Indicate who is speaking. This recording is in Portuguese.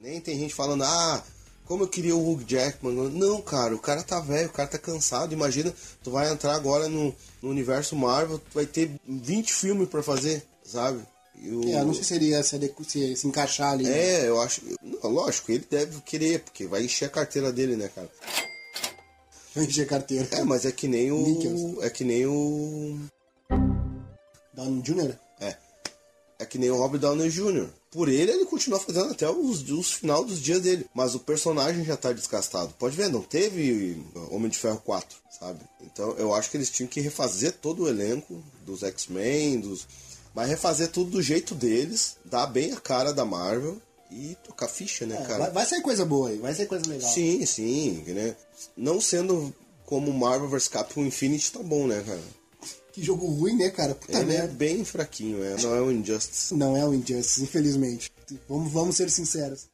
Speaker 1: Nem tem gente falando, ah, como eu queria o Hugh Jackman. Não, cara, o cara tá velho, o cara tá cansado. Imagina, tu vai entrar agora no, no universo Marvel, tu vai ter 20 filmes pra fazer, sabe? E o-
Speaker 2: É, eu não sei se ele ia se, adequ- se- se encaixar ali. né?
Speaker 1: É, eu acho. Não, lógico, ele deve querer, porque vai encher a carteira dele, né, cara?
Speaker 2: Pra encher carteira.
Speaker 1: É, mas é que nem o.
Speaker 2: Nichols.
Speaker 1: É que nem o.
Speaker 2: Down Jr.
Speaker 1: É. É que nem o Robert Downey Jr. Por ele, ele continua fazendo até os, os final dos dias dele. Mas o personagem já tá desgastado. Pode ver, não teve Homem de Ferro 4, sabe? Então eu acho que eles tinham que refazer todo o elenco dos X-Men, dos. Mas refazer tudo do jeito deles, dar bem a cara da Marvel e tocar ficha, né,
Speaker 2: É,
Speaker 1: cara?
Speaker 2: vai, vai sair coisa boa aí, vai sair coisa legal.
Speaker 1: Sim, sim, né? Não sendo como Marvel vs Capcom Infinity, tá bom, né, cara?
Speaker 2: Que jogo ruim, né, cara? Puta
Speaker 1: Ele é
Speaker 2: merda.
Speaker 1: bem fraquinho, é. Não é o Injustice.
Speaker 2: Não é o Injustice, infelizmente. Vamos, vamos ser sinceros.